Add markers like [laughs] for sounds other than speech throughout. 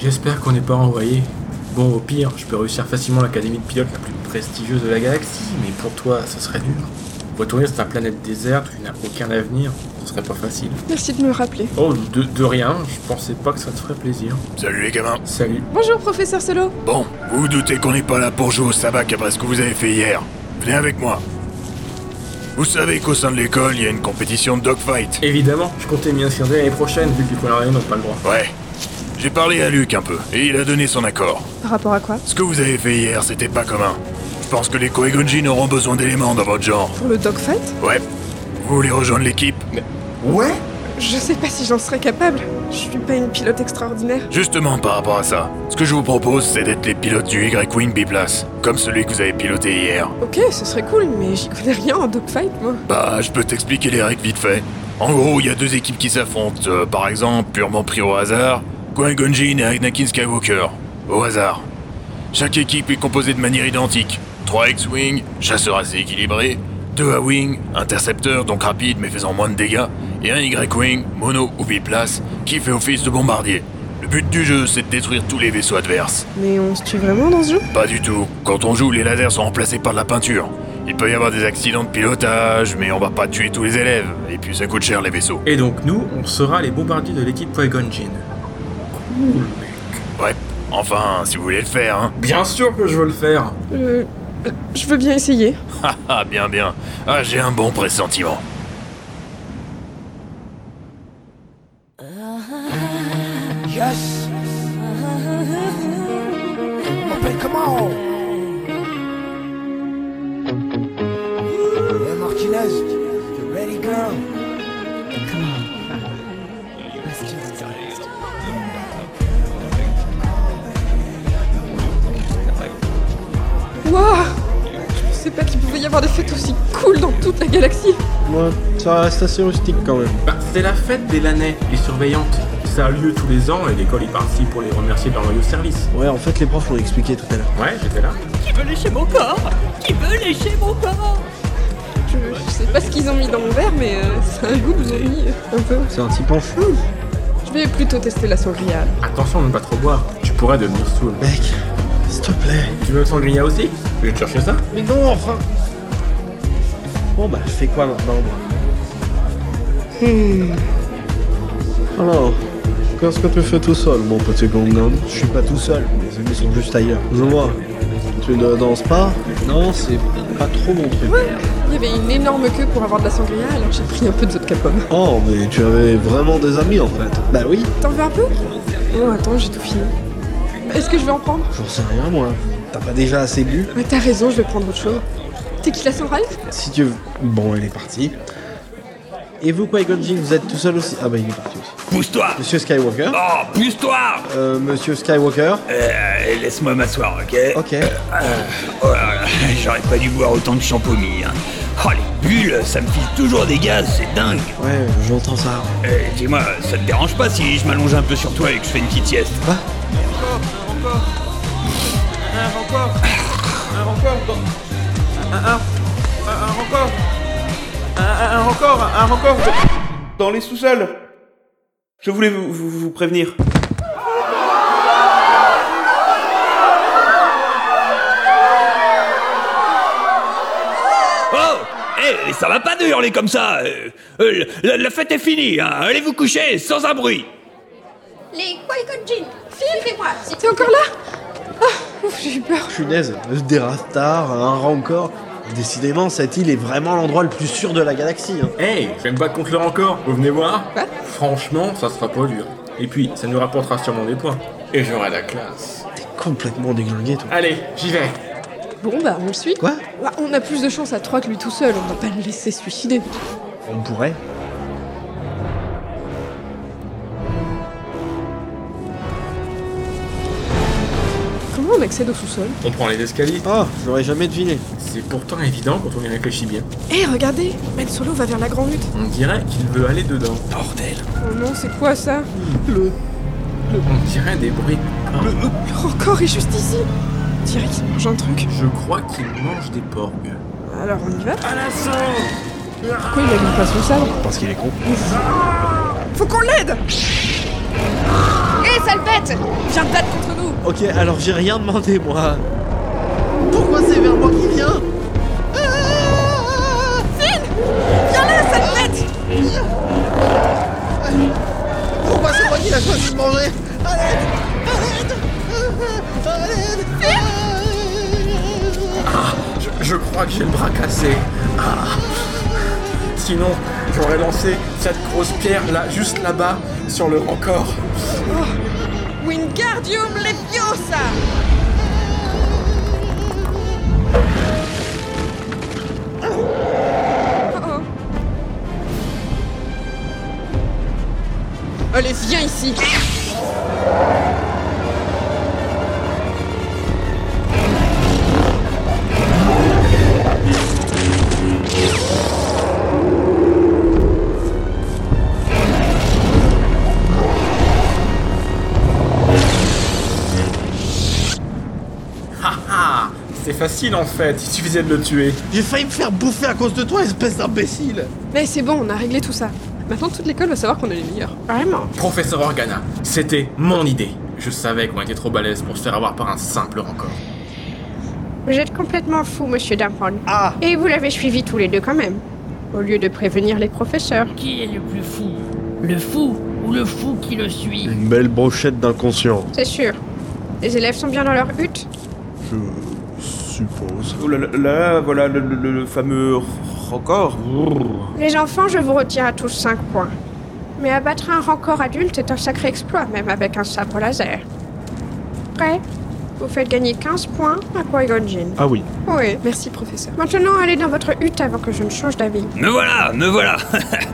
J'espère qu'on n'est pas renvoyé. Bon, au pire, je peux réussir facilement l'académie de pilote la plus prestigieuse de la galaxie, mais pour toi, ce serait dur. Retourner sur ta planète déserte où il n'y a aucun avenir, ce serait pas facile. Merci de me le rappeler. Oh, de, de rien, je pensais pas que ça te ferait plaisir. Salut les gamins. Salut. Bonjour, professeur Solo. Bon, vous vous doutez qu'on n'est pas là pour jouer au sabac après ce que vous avez fait hier. Venez avec moi. Vous savez qu'au sein de l'école, il y a une compétition de dogfight. Évidemment, je comptais m'y inscrire dès l'année prochaine, vu que les Polariens n'ont pas le droit. Ouais. J'ai parlé à Luc un peu, et il a donné son accord. Par rapport à quoi Ce que vous avez fait hier, c'était pas commun. Je pense que les Koegonjin auront besoin d'éléments dans votre genre. Pour le dogfight Ouais. Vous voulez rejoindre l'équipe Ouais Je sais pas si j'en serais capable. Je suis pas une pilote extraordinaire. Justement par rapport à ça, ce que je vous propose, c'est d'être les pilotes du Y-Wing Biplace, comme celui que vous avez piloté hier. Ok, ce serait cool, mais j'y connais rien en dogfight, moi. Bah, je peux t'expliquer les règles vite fait. En gros, il y a deux équipes qui s'affrontent, euh, par exemple, purement pris au hasard, Qui-Gon Jinn et Anakin Skywalker. Au hasard. Chaque équipe est composée de manière identique. 3 X-Wing, chasseur assez équilibré, 2 A-Wing, intercepteur donc rapide mais faisant moins de dégâts, et un Y-Wing, mono ou biplace, qui fait office de bombardier. Le but du jeu, c'est de détruire tous les vaisseaux adverses. Mais on se tue vraiment dans ce jeu Pas du tout. Quand on joue, les lasers sont remplacés par de la peinture. Il peut y avoir des accidents de pilotage, mais on va pas tuer tous les élèves. Et puis ça coûte cher les vaisseaux. Et donc, nous, on sera les bombardiers de l'équipe Qui-Gon Jinn. Ouais. Enfin, si vous voulez le faire, hein. [laughs] Bien sûr que je veux le faire Euh. euh, Je veux bien essayer. Ah ah, bien bien. Ah, j'ai un bon pressentiment. Yes. Open, come on. Yeah, Martinez, you ready, girl? Wouah Je pensais pas qu'il pouvait y avoir des fêtes aussi cool dans toute la galaxie. Ouais, ça reste assez rustique quand même. Bah, c'est la fête des Lanais, les surveillantes. Ça a lieu tous les ans et l'école y participe pour les remercier de leur loyal service. Ouais, en fait, les profs l'ont expliqué tout à l'heure. Ouais, j'étais là. Qui veut lécher mon corps Qui veut lécher mon corps Je, je sais pas ce qu'ils ont mis dans mon verre, mais euh, ça a un goût de vomi, euh, un peu. C'est un petit penchant. Je vais plutôt tester la sangria. Attention de ne pas trop boire, tu pourrais devenir saoul. Mec, s'il te plaît. Tu veux le sangria aussi Je vais te chercher ça. Mais non, enfin. Bon, bah, je fais quoi maintenant, moi Hmm. Alors, qu'est-ce que tu fais tout seul, mon petit Gongan Je suis pas tout seul, mes amis sont juste ailleurs. Je vois. Tu ne danses pas Non, c'est pas trop mon truc. Il y avait une énorme queue pour avoir de la sangria, alors j'ai pris un peu de vodka pomme. Oh, mais tu avais vraiment des amis en fait Bah oui. T'en veux un peu Non, Oh, attends, j'ai tout fini. Est-ce que je vais en prendre J'en sais rien, moi. T'as pas déjà assez bu Ouais, Bah, t'as raison, je vais prendre autre chose. T'es qui la sangria Si tu veux. Bon, elle est partie. Et vous, qui Gonjin, vous êtes tout seul aussi Ah bah il est parti aussi. Pousse-toi Monsieur Skywalker Oh, pousse-toi Euh, Monsieur Skywalker Euh, Laisse-moi m'asseoir, ok Ok. Oh là là, J'aurais pas dû boire autant de champomis. Hein. Oh, les bulles, ça me file toujours des gaz, c'est dingue Ouais, j'entends ça. Euh, Dis-moi, ça te dérange pas si je m'allonge un peu sur toi et que je fais une petite sieste Quoi Un record, un record dans les sous-sols. Je voulais vous, vous- vous prévenir. Oh Eh, ça va pas de hurler comme ça euh, euh, la, la fête est finie, hein. allez vous coucher, sans un bruit Les Qui-Gon Jinn, suivez-moi, s'il T'es encore là Ah, ouf, j'ai eu peur. Punaise, des rastards, un rancor. Décidément, cette île est vraiment l'endroit le plus sûr de la galaxie. hein. Hey, je vais me battre contre le encore, vous venez voir Quoi Franchement, ça sera pas dur. Et puis, ça nous rapportera sûrement des points. Et j'aurai la classe. T'es complètement déglingué, toi. Allez, j'y vais Bon, bah, on le suit. Quoi Bah, On a plus de chance à trois que lui tout seul, on va pas le laisser se suicider. On pourrait. Comment on accède au sous-sol On prend les escaliers. Oh, j'aurais jamais deviné. C'est pourtant évident quand on y réfléchit bien. Eh, regardez Ben Solo va vers la Grande Lutte. On dirait qu'il veut aller dedans. Bordel Oh non, c'est quoi ça On dirait des bruits. Leur encore est juste ici On dirait qu'il mange un truc. Je crois qu'il mange des porcs. Alors, on y va À la sauce Pourquoi il allume pas son sabre Parce qu'il est con. Faut qu'on l'aide vous plaît, sale bête Arrête Viens te battre contre nous Ok, alors j'ai rien demandé moi. Pourquoi c'est vers moi qu'il vient Ah Finn Viens là, sale bête Pourquoi c'est moi qui l'a choisi de manger Allez Je, je crois que j'ai le bras cassé. Ah. Sinon, j'aurais lancé cette grosse pierre là, juste là-bas, sur le rencor. Wingardium Leviosa Oh oh. Allez, viens ici Ah ah C'est facile en fait, il suffisait de le tuer. J'ai failli me faire bouffer à cause de toi, espèce d'imbécile Mais c'est bon, on a réglé tout ça. Maintenant, toute l'école va savoir qu'on est les meilleurs. Vraiment Professeur Organa, c'était mon idée. Je savais qu'on était trop balèze pour se faire avoir par un simple rencor. Vous êtes complètement fou, monsieur Dampron. Ah. Et vous l'avez suivi tous les deux quand même. Au lieu de prévenir les professeurs. Qui est le plus fou Le fou ou le fou qui le suit Une belle brochette d'inconscient, C'est sûr. Les élèves sont bien dans leur hutte je suppose. Oh là là, là, voilà le, le- le fameux record. Les enfants, je vous retire à tous 5 points. Mais abattre un rancor adulte est un sacré exploit, même avec un sabre laser. Prêt Vous faites gagner 15 points à Qui-Gon Jinn. Ah oui. Oui. Merci, professeur. Maintenant, allez dans votre hutte avant que je ne change d'avis. Me voilà, me voilà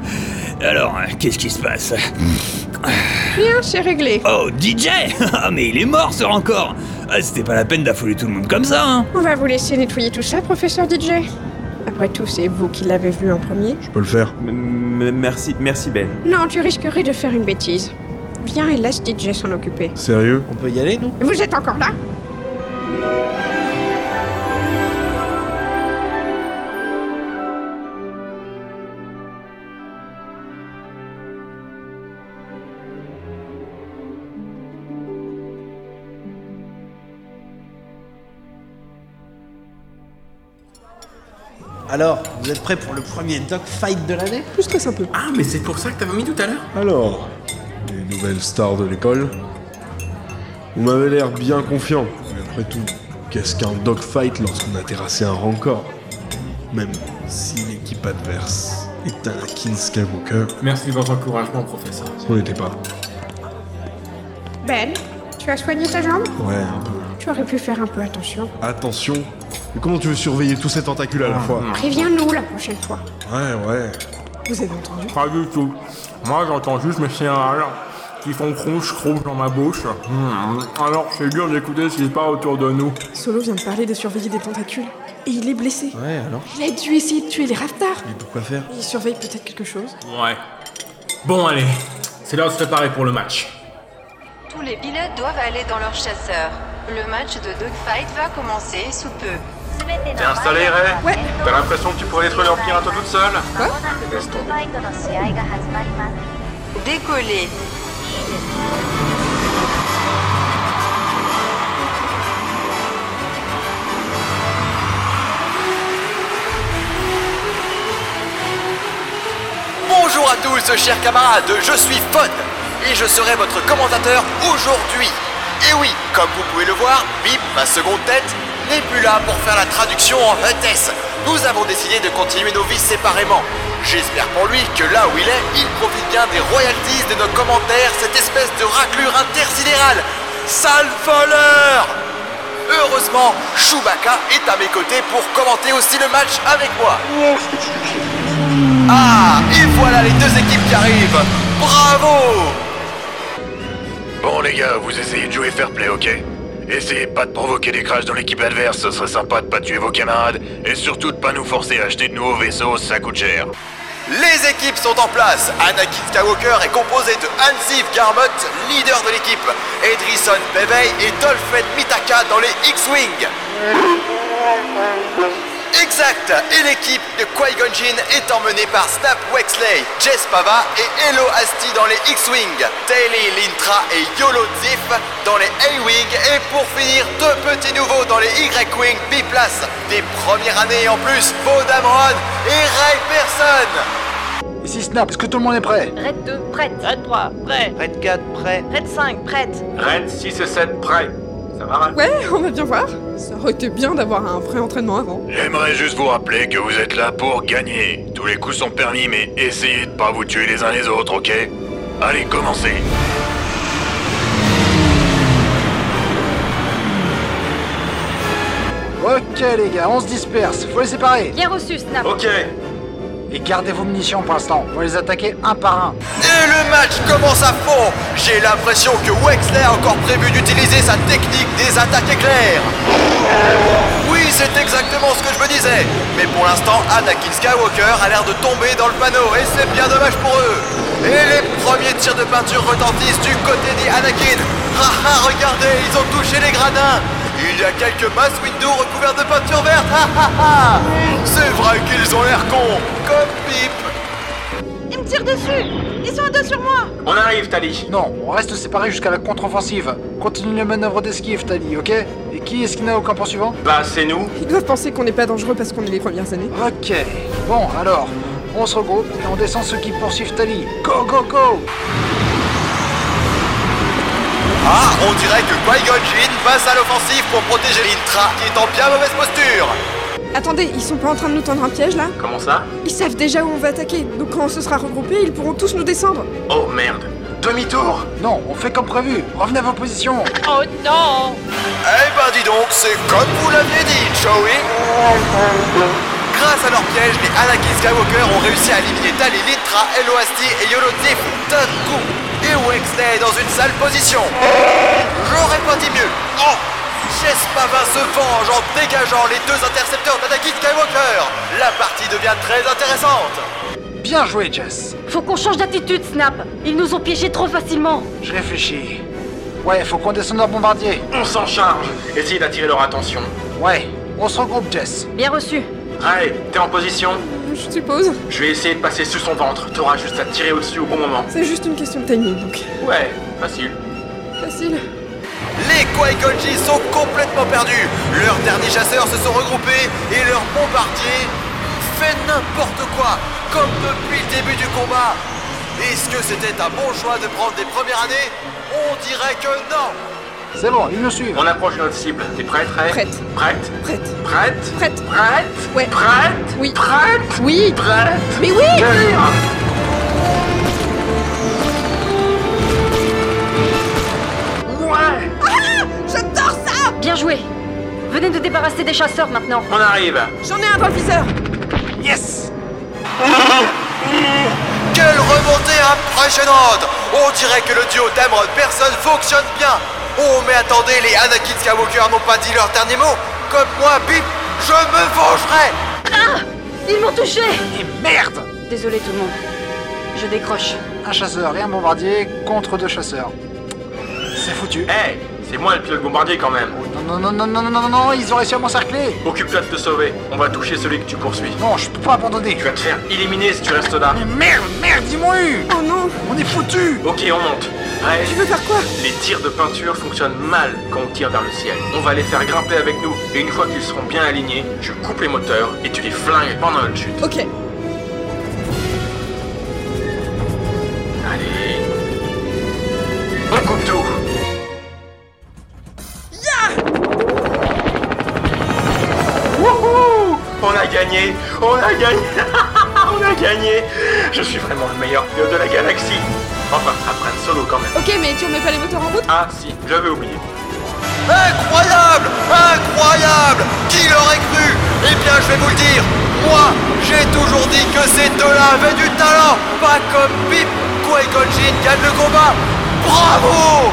[laughs] Alors, hein, qu'est-ce qui se passe Bien, c'est réglé. Oh, DJ [laughs] Ah, mais il est mort, ce encore ah, C'était pas la peine d'affoler tout le monde comme ça, hein On va vous laisser nettoyer tout ça, professeur DJ. Après tout, c'est vous qui l'avez vu en premier. Je peux le faire. M- m- Merci, merci Ben. Non, tu risquerais de faire une bêtise. Viens et laisse DJ s'en occuper. Sérieux On peut y aller, nous Vous êtes encore là Alors, vous êtes prêts pour le premier dog fight de l'année Je stresse un peu. Ah, mais c'est pour ça que t'avais mis tout à l'heure Alors, les nouvelles stars de l'école On m'avait l'air bien confiant. Mais après tout, qu'est-ce qu'un dogfight lorsqu'on a terrassé un rancor Même si l'équipe adverse est un Anakin Skywalker, Merci de votre encouragement, professeur. on n'était pas. Ben, tu as soigné ta jambe Ouais, un peu. Tu aurais pu faire un peu attention. Attention Mais comment tu veux surveiller tous ces tentacules à la fois Préviens-nous la prochaine fois. Ouais, ouais. Vous avez entendu Pas du tout. Moi, j'entends juste mes céréales qui font cronche cronche dans ma bouche. Hmm. Alors, c'est dur d'écouter ce qui se passe autour de nous. Solo vient de parler des surveillés des tentacules. Et il est blessé. Ouais, alors Il a dû essayer de tuer les Raftars. Mais pourquoi faire Il surveille peut-être quelque chose. Ouais. Bon, allez. C'est l'heure de se préparer pour le match. Tous les pilotes doivent aller dans leur chasseur. Le match de Dogfight va commencer sous peu. T'es installé, Ray Ouais. T'as l'impression que tu pourrais détruire l'Empire à toi toute seule Quoi Laisse tomber. Décoller. Bonjour à tous, chers camarades, je suis Fon et je serai votre commentateur aujourd'hui. Et oui, comme vous pouvez le voir, Bip, ma seconde tête, n'est plus là pour faire la traduction en vitesse. Nous avons décidé de continuer nos vies séparément. J'espère pour lui que là où il est, il profite bien des royalties de nos commentaires, cette espèce de raclure intersidérale. Sale voleur Heureusement, Chewbacca est à mes côtés pour commenter aussi le match avec moi. Ah, et voilà les deux équipes qui arrivent Bravo Bon les gars, vous essayez de jouer fair play, ok Essayez pas de provoquer des crashs dans l'équipe adverse, ce serait sympa de pas tuer vos camarades, et surtout de pas nous forcer à acheter de nouveaux vaisseaux, ça coûte cher. Les équipes sont en place. Anakin Skywalker est composé de Hansif Garmot, leader de l'équipe, Edrison Bebey et Dolphin Mitaka dans les X-Wing. Exact Et l'équipe de Qui-Gon Jinn est emmenée par Snap Wexley, Jess Pava et Elo Asti dans les X-Wing, Taylor Lintra et Yolo Zif dans les A-Wing et pour finir deux petits nouveaux dans les Y-Wing biplace des premières années en plus, Bo Dameron et Ray Person Ici Snap, est-ce que tout le monde est prêt Red 2, prête. Red 3, prêt. Red 4, prêt. Red 5, prête. Red 6 et 7, prêt. Ça va mal Ouais, [laughs] on va bien voir. Ça aurait été bien d'avoir un vrai entraînement avant. J'aimerais juste vous rappeler que vous êtes là pour gagner. Tous les coups sont permis, mais essayez de pas vous tuer les uns les autres, ok Allez, commencez Ok les gars, on se disperse, faut les séparer. Bien reçu, Snap. Et gardez vos munitions pour l'instant, on va les attaquer un par un. Et le match commence à fond J'ai l'impression que Wexler a encore prévu d'utiliser sa technique des attaques éclairs Oui, c'est exactement ce que je me disais Mais pour l'instant, Anakin Skywalker a l'air de tomber dans le panneau, et c'est bien dommage pour eux Et les premiers tirs de peinture retentissent du côté des Anakin Ah ah, regardez, ils ont touché les gradins il y a quelques masses window recouvertes de peinture verte Ah ah ah C'est vrai qu'ils ont l'air cons Comme Pip Ils me tirent dessus Ils sont à deux sur moi On arrive, Tali Non, on reste séparés jusqu'à la contre-offensive. Continue les manœuvres d'esquive, Tali, ok Et qui est-ce qui n'a au camp poursuivant Bah, c'est nous. Ils doivent penser qu'on n'est pas dangereux parce qu'on est les premières années. Ok. Bon, alors, on se regroupe et on descend ceux qui poursuivent Tali. Go, go, go Ah, on dirait que Qui-Gon Jinn passe à l'offensive pour protéger l'Intra qui est en bien mauvaise posture Attendez, ils sont pas en train de nous tendre un piège là Comment ça Ils savent déjà où on va attaquer, donc quand on se sera regroupés, ils pourront tous nous descendre. Oh merde Demi-tour Non, on fait comme prévu. Revenez à vos positions. Oh non Eh ben dis donc, c'est comme vous l'aviez dit, Joey Grâce à leur piège, les Anakin Skywalker ont réussi à éliminer Tali Litra, Eloasti et Yolotif d'un coup. Et Wexley est dans une sale position. J'aurais pas dit mieux. Oh Chespavin se venge en dégageant les deux intercepteurs d'Anakin Skywalker. La partie devient très intéressante. Bien joué, Jess. Faut qu'on change d'attitude, Snap Ils nous ont piégés trop facilement Je réfléchis. Ouais, faut qu'on descende leur bombardier. On s'en charge Essayez d'attirer leur attention. Ouais, on se regroupe, Jess. Bien reçu. Ray, t'es en position Je suppose. Je vais essayer de passer sous son ventre. T'auras juste à tirer au-dessus au bon moment. C'est juste une question de timing donc. Ouais, facile. Facile. Les Kwaikonji sont complètement perdus. Leurs derniers chasseurs se sont regroupés et leur bombardier fait n'importe quoi, comme depuis le début du combat. Est-ce que c'était un bon choix de prendre des premières années On dirait que non. C'est bon, ils nous suivent. On approche notre cible. T'es prête, Ray Prête. Prête Prête. Prête Prête. Prête Ouais. Prête Oui. Prête Oui. Prête Mais oui Délire Ouais Ah J'adore ça Bien joué Venez nous débarrasser des chasseurs maintenant. On arrive J'en ai un dans le viseur Yes Quelle remontée impressionnante On dirait que le duo Dameron personne fonctionne bien Oh mais attendez, les Anakin Skywalker n'ont pas dit leur dernier mot Comme moi, bip, je me vengerai Ah Ils m'ont touché Et merde Désolé tout le monde. Je décroche. Un chasseur et un bombardier contre deux chasseurs. C'est foutu. Hey C'est moi le pilote bombardier quand même. Non, non, non, non, non, non, non, ils ont réussi à m'encercler Occupe-toi de te sauver. On va toucher celui que tu poursuis. Non, je peux pas abandonner Tu vas te faire éliminer si tu restes là. Mais merde, merde, ils m'ont eu Oh non On est foutu Ok, on monte. Ray, Tu veux faire quoi les tirs de peinture fonctionnent mal quand on tire vers le ciel. On va les faire grimper avec nous. Et une fois qu'ils seront bien alignés, je coupe les moteurs et tu les flingues pendant une chute. Ok. Allez. On coupe tout. Wouhou On a gagné On a gagné [laughs] On a gagné Je suis vraiment le meilleur pilote de la galaxie. Enfin, après un solo quand même. Ok, mais tu remets pas les moteurs en route Ah si, j'avais oublié. Incroyable Incroyable Qui l'aurait cru Eh bien, je vais vous le dire Moi, j'ai toujours dit que ces deux-là avaient du talent Pas comme Pip Qui-Gon Jinn gagne le combat Bravo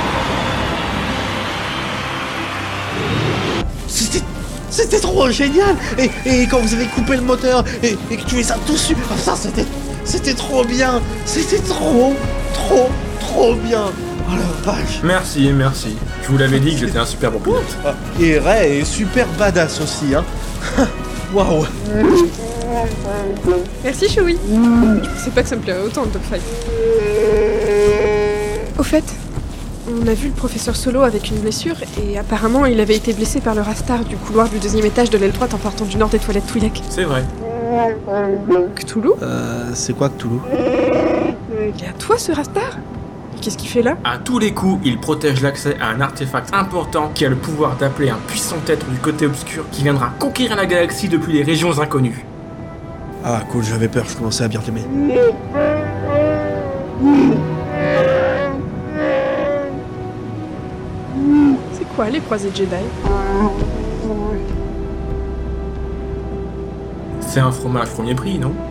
C'était. C'était trop génial et, et quand vous avez coupé le moteur et, et que tu fais ça tout dessus, ah, ça c'était. C'était trop bien C'était trop, trop, trop bien Oh la vache Merci, merci. Je vous l'avais dit que j'étais un super bon pilote. [laughs] Ah, Et Ray est super badass aussi, hein Waouh Merci Choui. Je pensais pas que ça me plairait autant le dogfight. Au fait, on a vu le professeur Solo avec une blessure et apparemment il avait été blessé par le rastar du couloir du deuxième étage de l'aile droite en partant du nord des toilettes Twi'lek. C'est vrai. Cthulhu Euh, c'est quoi Cthulhu Euh, Et à toi ce rastar Qu'est-ce qu'il fait là À tous les coups, il protège l'accès à un artefact important qui a le pouvoir d'appeler un puissant être du côté obscur qui viendra conquérir la galaxie depuis les régions inconnues. Ah cool, j'avais peur, je commençais à bien t'aimer. C'est quoi les croisés Jedi C'est un fromage premier prix, non